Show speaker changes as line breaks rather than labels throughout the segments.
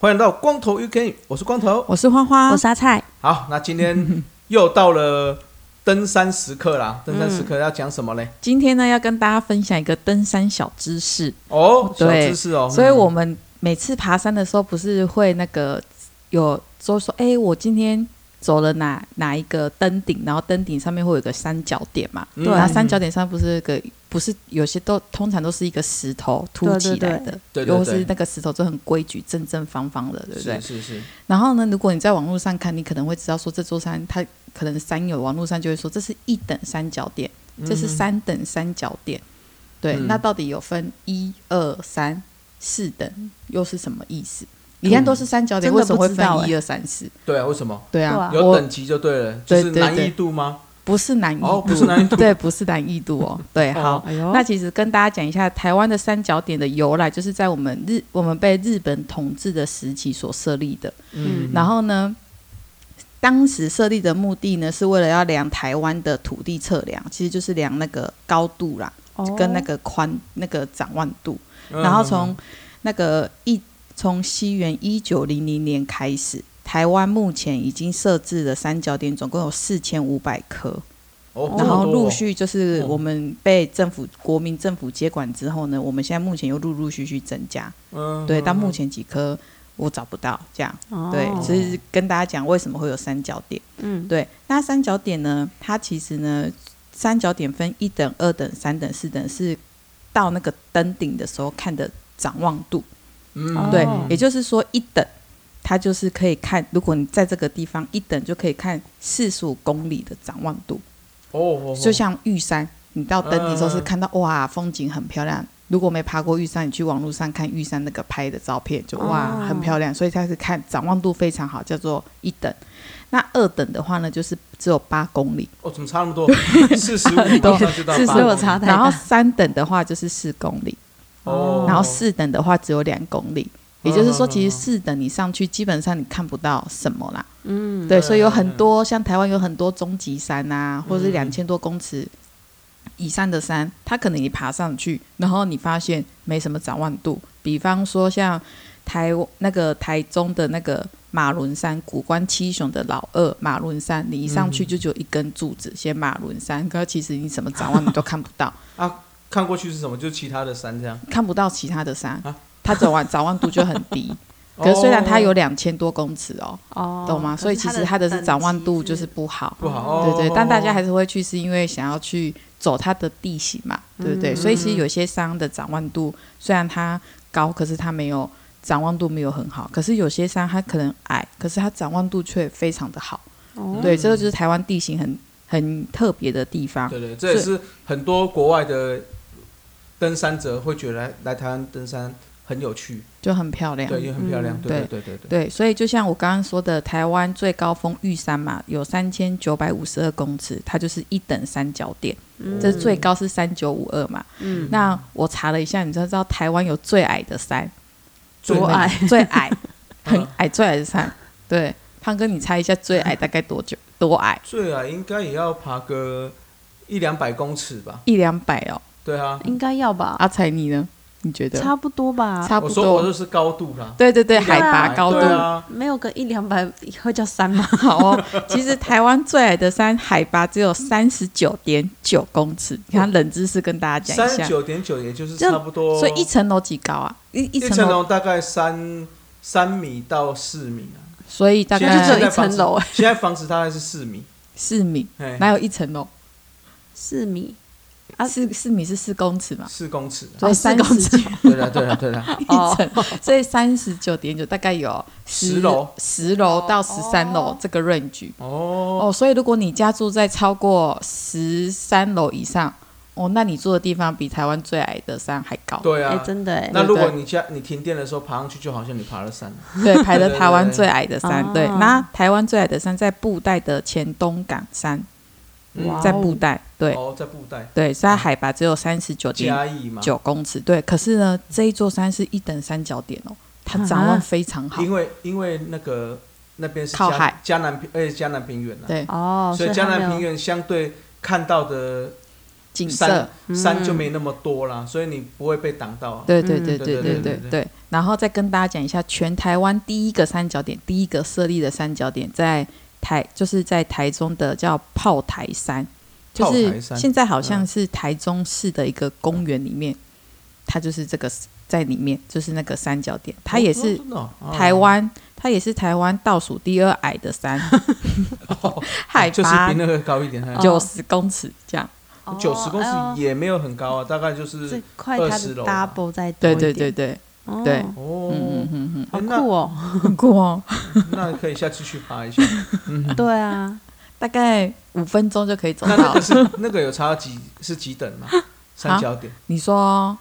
欢迎到光头 UK，我是光 头。
我是花花，
我是阿菜，
好，那今天又到了登山时刻
嗯
啦。登山时刻要讲什么嘞？
今天呢要跟大家分享一个登山小知识，
哦，小
对
知识哦。
所以
嗯
我们每次爬山的时候不是会那个有就说，哎、我今天走了哪哪一个登顶，然后登顶上面会有个三角点嘛，
嗯
然后三角点上不是有个不是有些都通常都是一个石头凸起来的，
对对对
又或是那个石头就很规矩正正方方的，对不对？
是是是，
然后呢，如果你在网络上看，你可能会知道说这座山，它可能山友网络上就会说这是一等三角点，这是
嗯
三等三角点。对，
嗯
那到底有分一二三四等，又是什么意思？
嗯
你看都是三角点，
真的
为什么会
不知道
分一
欸
二三四？
对啊，为什么
对
对
啊
啊，
有
我
等级就对了？就
对
是
对
难易
对
度吗？
不是难易度，
哦不是难易度
对，不是难易度哦。对，好，
哎呦
那其实跟大家讲一下台湾的三角点的由来，就是在我们日我们被日本统治的时期所设立的。
嗯，
然后呢，当时设立的目的呢，是为了要量台湾的土地测量，其实就是量那个高度啦，
哦
跟那个宽、那个展望度。
嗯
然后从那个一从西元一九零零年开始，台湾目前已经设置了三角点，总共有四千五百颗。
哦
然
好
后
多
陆
哦
续就是我们被政府、国民政府接管之后呢，我们现在目前又陆陆续续增加。
嗯
对，到目
嗯
前几颗我找不到，这样。
哦
对，其实跟大家讲为什么会有三角点。
嗯，
对，那三角点呢，它其实呢，三角点分一等、二等、三等、四等，是到那个登顶的时候看的展望度。
嗯
对
哦，
也就是说一等，它就是可以看，如果你在这个地方一等就可以看四十五公里的展望度，
哦哦，哦
就像玉山，你到登顶的时候是
嗯
看到哇，风景很漂亮。如果没爬过玉山，你去网络上看玉山那个拍的照片，就哇、
哦
很
嗯
漂亮，所以它是看展望度非常好，叫做一等。那二等的话呢，就是只有八公里，
哦，怎么差那么 多？四十五
多
马上就到
是
八
所以我
公里
查太大
然后三等的话就是四公里，
哦，
然后四等的话只有两公里。也就是
嗯
说，
嗯嗯
其
嗯
实四等你上去，基本上你看不到什么啦。
嗯，
对，
嗯
所以有很
嗯
多像台湾有很多终极山啊，或者是
嗯
两千多公尺以上的山，它可能你爬上去，然后你发现没什么展望度。比方说像台那个台中的那个马伦山，古关七雄的老二马伦山，你一上去就只有一根柱子，写马伦山，可是其实你什么展望你都看不到，
看过去是什么？就其他的山这样。
看不到其他的山
啊，哦
它展望展望度就很低。可是虽然它有两千多公尺哦，
哦
懂吗？所以其实它的是展望度就是不好。
不好，哦
对对，但大家
还
还是会去，是因为想要去走它的地形嘛，对不对？
嗯
所以其实有些山的展望度虽然它高，可是它没有展望度没有很好。可是有些山它可能矮，可是它展望度却非常的好。
哦
对，这个就是台湾地形很很特别的地方。
哦对对，这也是很多国外的登山者会觉得来来台湾登山很有趣，
就很漂亮。
对，也很漂亮，
嗯
对对对对对。
啊对，所以就像我刚刚说的，台湾最高峰玉山嘛，有三千九百五十二公尺，它就是一等三角点，这最高是三九五二嘛。
嗯
那我查了一下，你知道知道台湾有最矮的山，
多
最美
矮，
最矮，很哎
嗯
矮，最矮的山。对，胖哥，你猜一下最 矮大概多久？多矮？
最矮应该也要爬个一两百公尺吧？
一两百哦。
对啊，
应该要吧，
阿彩你呢？你觉得？
差不多吧，
差
我
不
说我
多。
就是高度啦，
对对对，
对啊
海拔高
对
度
啊，
没有个一两百会叫山吗？
好哦。其实台湾最矮的山海拔只有三十九点九公尺，你看冷知识跟大家
三
讲一
十
下。
九点九，也就是
这
差不多，
所以一层楼几高啊？一一
一
层
层
楼，
楼大概三三米到四米啊，
所以大
现在
就
概
只有一层楼
房子现在房子大概是四米，
四米，
哎，
哪有一层楼？
四米，
啊，四四米是四公尺嘛？
四公尺啊。
所以
哦四
三
公
十
尺
九
对了，对了，对了，
一
哦
层，所以三十九点九大概有
十楼
十楼到十三楼
哦
这个 range
哦，
哦，所以如果你家住在超过十三楼以上，哦，那你住的地方比台湾最矮的山还高，
对
哎，
啊。
真的哎，
那如果你家你停电的时候爬上去，就好像你爬了山。
对，排
对
的
对
台湾最矮的山，
对
对，
哦
那台湾最矮的山在布袋的前东港山，
嗯
哇
在布袋，对
哦，在布袋
对，是它海拔只有三十九点
嘉义嘛，
九公尺，对。可是呢，这一座山是一等三角点哦，它展望
啊
非常好，
因为因为那个那边是
靠
嘉
海
嘉南平，而且嘉南平原啊，
对，
哦，
所以
他
江
没
南
有
平原相对看到的
景色嗯
山，山就没那么多啦，所以你不会被挡到啊。
对对对
嗯
对
对
对
对
对
对
对。然后再跟大家讲一下，全台湾第一个三角点，第一个设立的三角点在台，就是在台中的叫炮台山，就
炮
是
台山嗯
现在好像是台中市的一个公园里面，它就是这个在里面，就是那个三角点，它
哦
也是台湾，它也是台湾倒数第二矮的山， 海
哦就是
拔哦
比那个高一点，还
九十公尺这样。
哦
九十公尺
哦
也
也没有很高啊，大概就是
这哎快它
20
的
楼啊
double 再多
对
一
对对
点，
对，
哦
对
哦，
嗯嗯嗯
哎
好
那
酷 哦，
嗯，很酷哦。
那可以下次去爬一下。嗯
对啊，
大概五分钟就可以走
那那
到
个。是那个有查到几是几等 吗？三角点
你说啊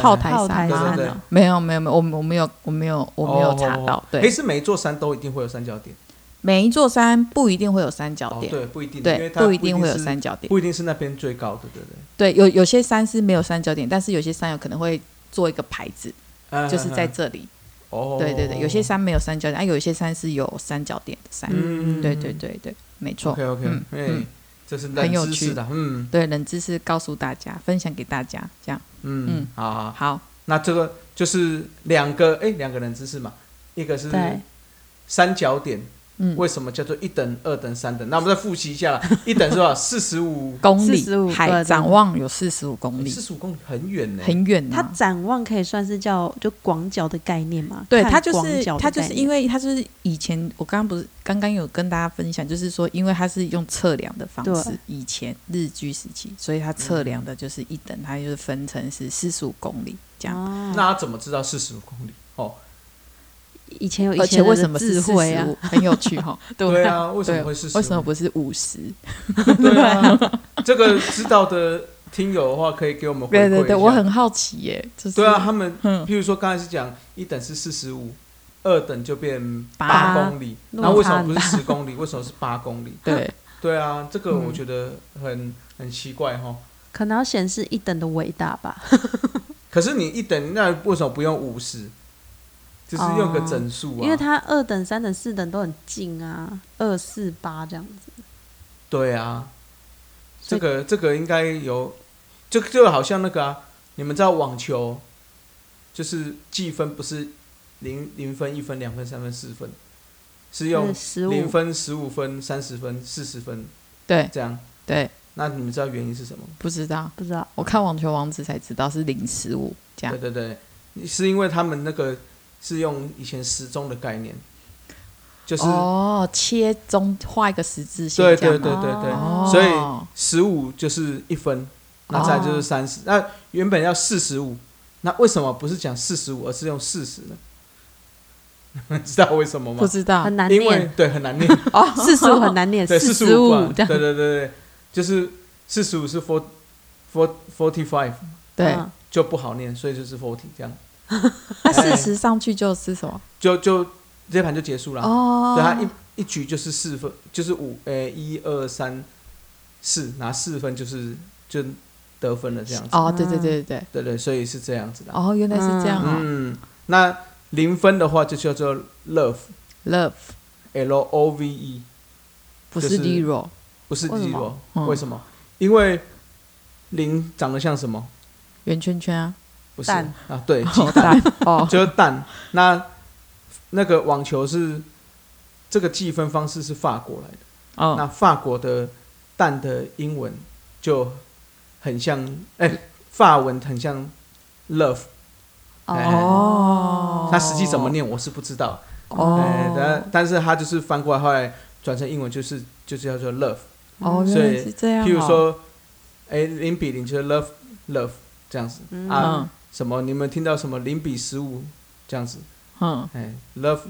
炮台山
对
吗
对？
哦
对，
没有没有没有，我们我没有我没有我没有查
哦
到。
诶
对，
是每一座山都一定会有三角点，
每一座山不一定会有三角
哦，
点，
对，不一定，因
对
为，它
一定会有
是
三角点。
不一定是那边最高的，对不对
对，有有些山是没有三角点，但是有些山有可能会做一个牌子，
嗯？
就是
嗯
在
嗯
这里。
哦，
对对对，有些山没有三角点，啊，有一些山是有三角点的山。
嗯，嗯
对对对对，没错
OK。OK，
嗯
哎
嗯，
这是
很有
冷知识的，嗯
对，冷知识告诉大家，分享给大家，这样嗯
嗯，好好，好
好。
那这个就是两个哎，两个冷知识嘛，一个是
对，
三角点，
嗯
为什么叫做一等、二等、三等？那我们再复习一下啦，一等是吧？四十五
公里
45
海
对
展望有四十五公里
四，十五公里很远呢，
很远、啊。
它展望可以算是叫就广角的概念嘛？
对
看
他就
广
是
角的
他就
概
是
念
因为他就是以前我刚刚不是刚刚有跟大家分享，就是说因为他是用测量的方式
对，嗯
以前日据时期，所以他测量的就是一等，它就是分成是四十五公里这样。
哦
那他怎么知道四十五公里？哦，
以前有以
而且
前
为
人
什
的
么
智
是四
慧
十
啊，
五？很有趣 哈。
对啊，为什么会四十？
为什么不是五十？
对啊？这个知道的听友的话，可以给我们回馈
对
一下
对对，我很好奇耶，就是
对啊，他们
嗯
譬如说刚才是讲一等是四十五，二等就变
八
八公里，
落
那为什么
差很
不是十公里？为什么是八公里？
对
对啊，这个
嗯
我觉得很、很奇怪哈。
可能要显示一等的伟大吧？
可是你一等，那为什么不用五十？就是用
哦
个整数啊，
因为它二等、三等、四等都很近啊，二四八这样子。
对啊，这
所以
个这个应该有，就就好像那个啊，你们知道网球就是计分不是零零分、一分、两分、三分、四分，是用
十五
零分、十五分、三十分、四十分
对
这样。
对，
那你们知道原因是什么吗？
不知道。
不知道
我看网球王子才知道是零十五这样
对。对对，你是因为他们那个是用以前时钟的概念，就是
哦，切中画一个十字线，
对
这样
对对
吗
对对，
哦，
所以十五就是一分，那再来就是
哦
三十、那原本要四十五，那为什么不是讲四十五，而是用四十呢？ 你们知道为什么吗
不？知道
很难
啊因为
念
对很难念，
哦
四十五很难念，
对四
十
五
五
对
这
对对
样。
对，就是四十五是 four four forty five
对，
嗯
就不好念，所以就是 forty 这样，哎
那四十上去就是什么？
就就这盘就结束了。
哦
对他一一局就是四分，就是五呃一二三四拿四分就是就得分了这样子。
哦，对对对对对，
对对，所以是这样子的。
哦，原来是这样哦
嗯，那零分的话就叫做 love，L
，love
O V E，
不
就是是
zero，
不是
为什
zero，
么
嗯
为什么？因为零长得像什么？
圆圈圈啊，
不是
蛋
啊，对， 鸡
哦
蛋，
哦，
就是蛋。那那个网球是这个计分方式是法国来的，那
哦，
法国的蛋的英文就很像，哎、法文很像 love，
哦，
它哎实际怎么念我是不知道。哎，
哦
但但是他就是翻过来，后来转成英文就是就是叫做 love。
嗯
哦，
所以
原来是这样哦，
譬如说，哎，零比零就是 love love 这样子、
嗯
啊。
嗯
什么？你们听到什么零比十五这样子？
嗯
哎，love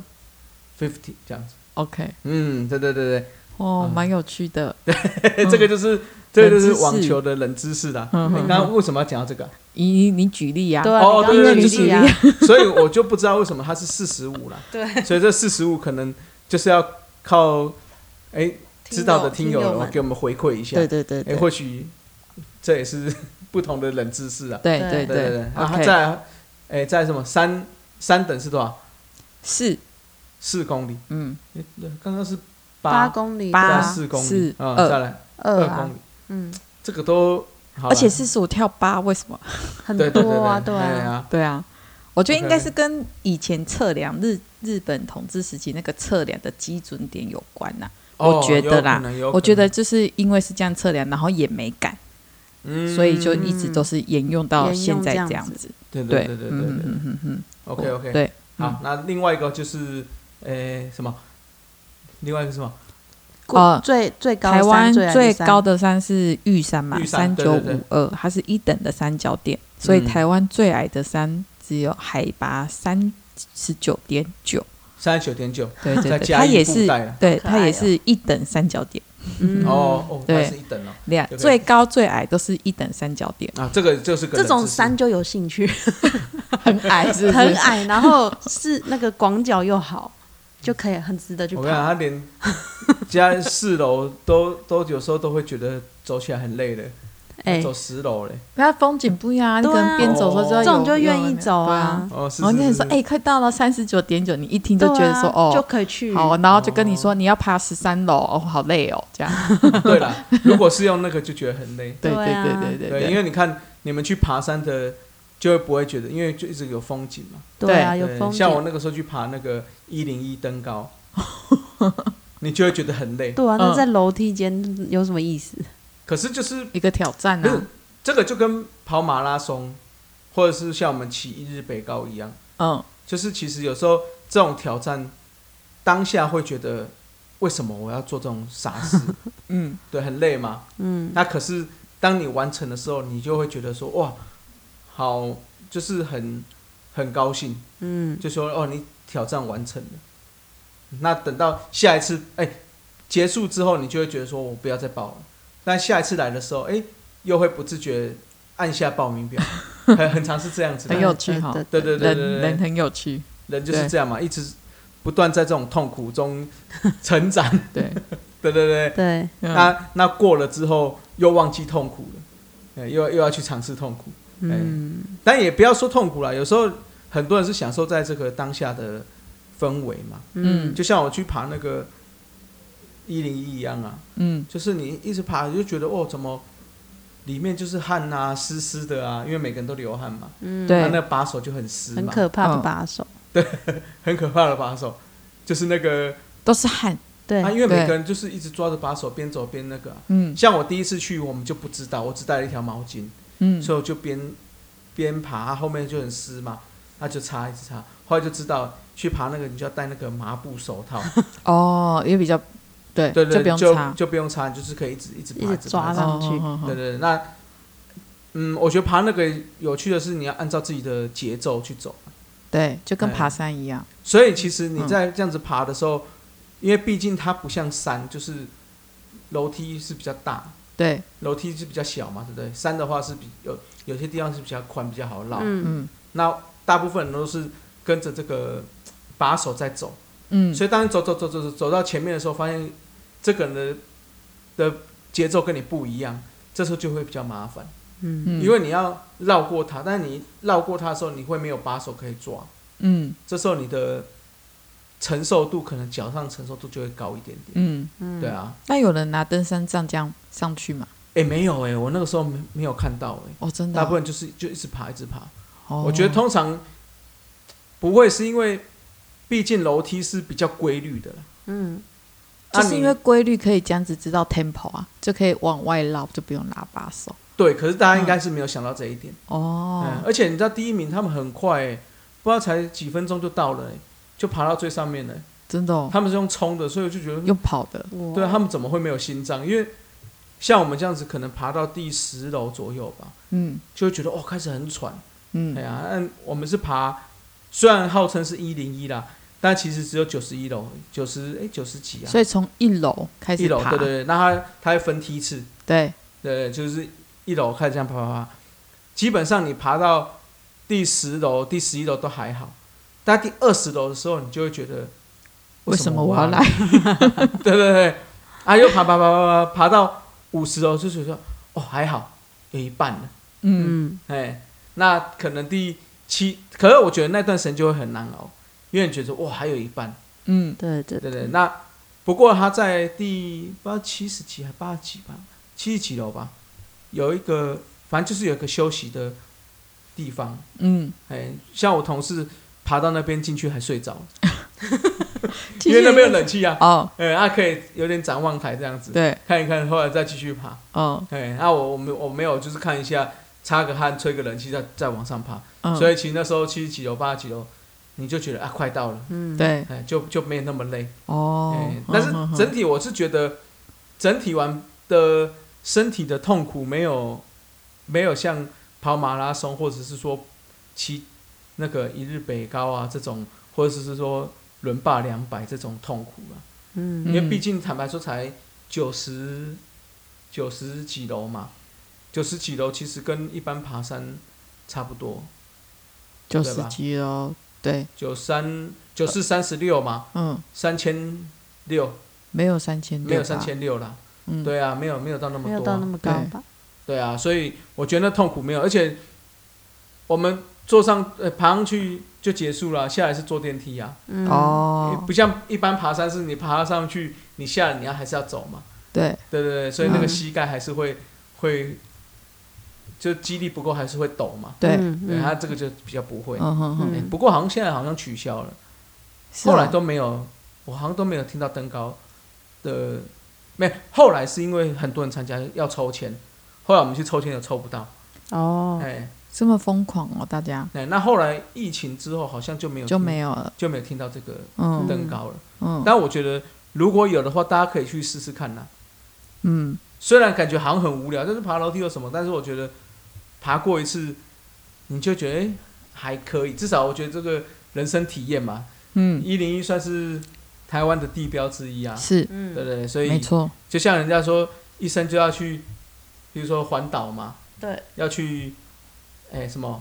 fifty 这样子。
，OK，
嗯，对对对
哦，
嗯
蛮有趣的，
对，
嗯
这个就是这个就
冷
是
知识
网球的冷知识啦。
嗯嗯
你刚刚为什么要讲到这个啊？
你你举例啊，
对啊，
哦
你刚刚
对
念
对
举例
就
啊，
所以我就不知道为什么它是四十五啦。
对，
所以这四十五可能就是要靠哎 知道的
听
听友的话，
们，
给我们回馈一下。
对对对
哎，
对
或许这也是 不同的冷知识啊。
对
对
哎对
对对，然后
OK，
再来哎，再来什么三三等是多少？
四
四公里。
嗯
哎刚刚是
八
八
公里
八
加
吧
四公里
四，
啊，
二
再来
二
二
啊
公，里，
嗯，
这个都好了
而且四十五跳八，为什么？
很
对对对
多啊，
对哎
啊，
呀
对啊，我觉得应该
OK
是跟以前测量日日本统治时期那个测量的基准点有关呐、我
哦
觉得啦
有可能有可能
我觉得就是因为是这样测量，然后也没改，
嗯
所以就一直都是沿用到
沿用
现在
这样
这样
子
子。
对对
对
对对对
嗯
对
嗯嗯嗯
，OK OK，
对，嗯
好，那另外一个就是诶什么？另外一个是什么？
哦
最最高
台湾最
最
高的山是玉山嘛
玉，山
三
对
九
对对
五二，它是一等的三角点，所以
嗯
台湾最矮的山只有海拔三十九点九。
三十九点九，
对
再
对对，
加
它也
一布
是，
袋了。
对，
可
它
爱
也
哦
是一等三角点，
嗯
哦哦，那
对
是一等哦。
两
对
最高最矮都是一等三角 点，
啊，这个就是个
这种
冷知识
山就有兴趣，
很矮是不
很
是？
矮，然后是那个广角又好，就可以很值得去
我跟你讲，
爬。
他连家四楼都 都有时候都会觉得走起来很累的，
哎，
走十楼嘞。
它风景不一样啊，你
对
可能边
啊
走的时候
这
就
这
要
种
有
就愿意
有
走
对
啊
啊。，
哦，是
然
是
后你很
是
说，哎，快到了三十九点九，你一听就
对
觉得说，
啊就
哦，
可以去。
好，然后就哦跟你说你要爬十三楼，哦，好累哦，这样。
对啦，如果是用那个就觉得很累。
对
对
对
啊
对对
对，因为你看你们去爬山的，就会不会觉得，因为就一直有风景嘛。
对啊，
对
有
对
风
像我
景，
那个时候去爬那个一零一登 高，你就会觉得很累。
对啊，那
嗯
在楼梯间有什么意思？
可是就是
一个挑战
不是
啊，
这个就跟跑马拉松，或者是像我们骑一日北高一样，
嗯，
就是其实有时候这种挑战，当下会觉得为什么我要做这种傻事？
嗯，
对，很累嘛。
嗯，
那可是当你完成的时候，你就会觉得说哇，好，就是很很高兴，
嗯，
就说哦，你挑战完成了。那等到下一次，哎、结束之后，你就会觉得说我不要再报了。但下一次来的时候，哎、又会不自觉按下报名表，很很常是这样子的。
很有趣哈
对
对对对
人
对对
人
对，
很有趣，
人就是
对
这样嘛，一直不断在这种痛苦 中成长。
对，
对对对，
对，
嗯
那那过了之后又忘记痛苦了，呃又又要去尝试痛苦，哎
嗯，
但也不要说痛苦啦，有时候很多人是享受在这个当下的氛围嘛，
嗯
就像我去爬那个一零一一样啊，
嗯，
就是你一直爬你就觉得哦，怎么里面就是汗啊，湿湿的啊，因为每个人都流汗嘛，
嗯，
对
那那把手就很湿
很
嘛，
可怕的
嗯
把手，
很可怕的把手，就是那个
都是汗，
对
啊，，因为每
对
个人就是一直抓着把手边走边那个啊、
嗯
像我第一次去，我们就不知道，我只带了一条毛巾。
嗯，
所以我就边边爬，啊后面就很湿嘛，他就擦一直擦，后来就知道去爬那个你就要戴那个麻布手 套，
哦，也比较，对
对对，
就不用
就
擦，
就不用擦，你就是可以一直一直爬
一直抓
一
上
爬
去
哦
对对，对那嗯，我觉得爬那个有趣的是你要按照自己的节奏去走，
对，就跟
哎
爬山一样，
所以其实
嗯
你在这样子爬的时候，因为毕竟它不像山，就是楼梯是比较大。
对，
楼梯是比较小嘛，对不对？山的话是比有有些地方是比较宽，比较好绕。
嗯，
嗯
那大部分人都是跟着这个把手在走，
嗯，
所以当你走走走走走走到前面的时候，发现这个人的的节奏跟你不一样，这时候就会比较麻烦，
嗯，
嗯
因为你要绕过他，但是你绕过他的时候，你会没有把手可以抓，
嗯
这时候你的承受度可能脚上承受度就会高一点点，
嗯，
嗯，
对，啊，
那有人拿登山杖这样上去吗？
诶，没有诶，我那个时候没没有看到诶，
哦，
嗯
真的
大
哦，
部分就是就一直爬一直爬，
哦，
我觉得通常不会是因为，毕竟楼梯是比较规律的啦。
嗯，
就
啊
是
你
因为规律可以这样子知道 tempo 啊，就可以往外绕，就不用拿把手。
对，可是大家应该是没有想到这一点。嗯，
哦，
而且你知道第一名他们很快、欸，不知道才几分钟就到了、欸，就爬到最上面了欸、
真的哦，
他们是用冲的，所以我就觉得，
用跑的，
我
对啊他们怎么会没有心脏？因为像我们这样子，可能爬到第十楼左右吧，
嗯
就会觉得哦，开始很喘。哎
嗯，
呀，嗯，我们是爬，虽然号称是一零一啦，但其实只有九十一楼，九十哎九十几啊。
所以从一楼开
一
始
楼，
爬，
对对对，那它它会分梯次，
对
对，就是一楼开始这样爬爬爬，基本上你爬到第十楼、第十一楼都还好，但第二十楼的时候，你就会觉得
为什么我要来？？
对对对，啊，又爬爬爬爬爬爬到五十楼，就是说哦还好有一半了，
嗯，
嗯，
哎，那可能第七，可是我觉得那段时间就会很难熬，因为你觉得哇还有一半，
嗯，
对对
对对，那不过他在第不知道七十几还八十几吧，七十几楼吧，有一个反正就是有一个休息的地方，
嗯，
哎，像我同事爬到那边进去还睡着了，
其
因
实
为那边有冷气啊，
哦，
哎，他、可以有点展望台这样子，
对，
看一看，后来再继续爬，
哦，
哎，那、我我没我没有就是看一下，擦个汗，吹个冷气，再再往上爬，
嗯，
所以其实那时候七十几楼、八十几楼，你就觉得啊快到了，
嗯，
对，
哎，就就没有那么累。
哦
哎，但是
哼哼哼
整体我是觉得，整体玩的身体的痛苦没有没有像跑马拉松或者是说骑那个一日北高啊这种，或者是说伦霸两百这种痛苦啊，
嗯
因为毕竟坦白说才九十九十几楼嘛，九十几楼其实跟一般爬山差不多，
九
对
十
吧
级哦，对，
九三九四三十六嘛，
嗯，
三千六
没有三千，
没有三，千六啦。
嗯，
对啊，没有没有到那么
嗯没有
多
到
啊、
那么高吧？
对啊，所以我觉得那痛苦没有，而且我们坐上呃爬上去就结束了，下来是坐电梯啊，
嗯，
哦，
不像一般爬山是你爬上去，你下来你要还是要走嘛，
对，
对对对，所以那个
嗯
膝盖还是会、会就肌力不够还是会抖嘛，
对，嗯
嗯，
对他这个就比较不会、
哼哼，
哎
嗯
不过好像现在好像取消了，
是
后来
啊
都没有，我好像都没有听到登高的，没有。后来是因为很多人参加要抽签，后来我们去抽签也抽不到，
哦，
哎
这么疯狂哦，大家
哎，那后来疫情之后好像就没有
就
听
没有了，
就没有听到这个
嗯
登高了。
嗯
但我觉得如果有的话，大家可以去试试看啦。
嗯，
虽然感觉好像很无聊，就是爬楼梯有什么，但是我觉得爬过一次，你就觉得、哎还可以，至少我觉得这个人生体验嘛，
嗯，
一零一算是台湾的地标之一啊。
是
嗯
对不对，所以
没错，
就像人家说，一生就要去，比如说环岛嘛，
对，
要去，哎、什么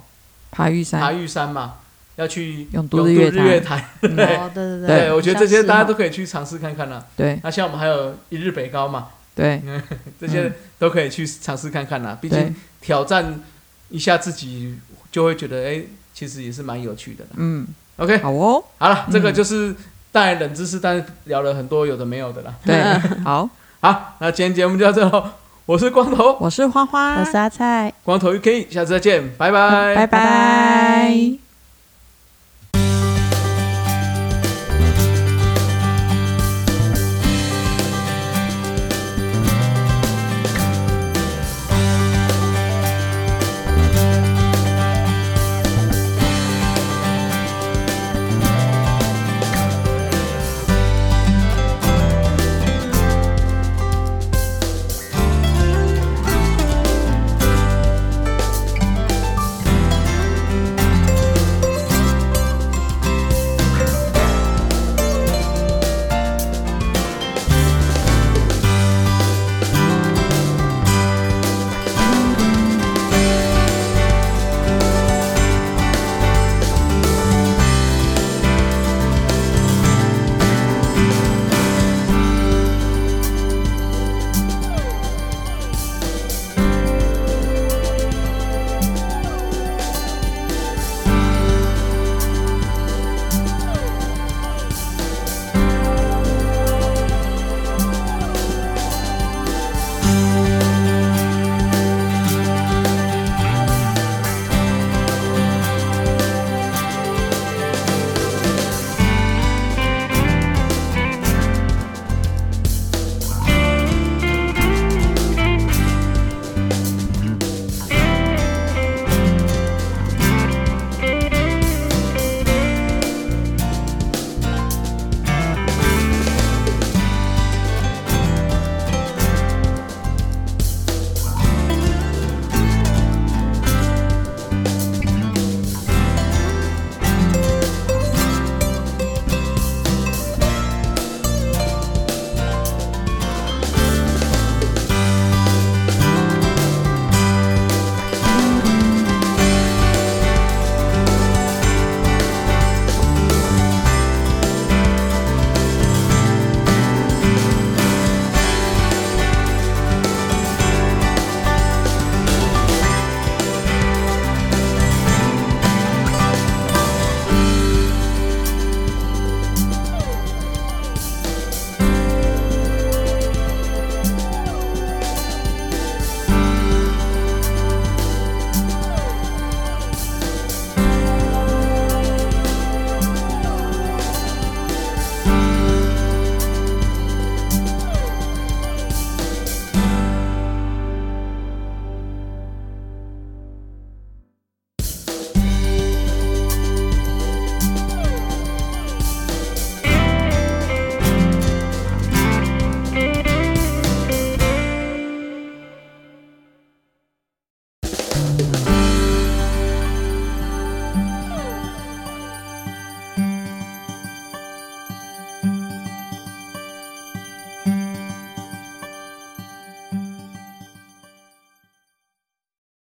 爬玉
爬
山，
玉山嘛，要去
永
都
都日月潭
月潭。对
哦，对对
对，我觉得这些大家都
比较适合
可以去尝试看看啦、
对
那像我们还有一日北高嘛，
对
这些
嗯
都可以去尝试看看啦、毕
对
竟，挑战一下自己，就会觉得哎、其实也是蛮有趣的啦。
嗯，
OK，
好哦，
好了，这个
嗯
就是带冷知识，但是聊了很多有的没有的啦。
对，好，
好，那今天节目就到这喽。我是光头，
我是花花，
我是阿菜。
光头 UK，下次再见，拜拜，
拜
拜
拜。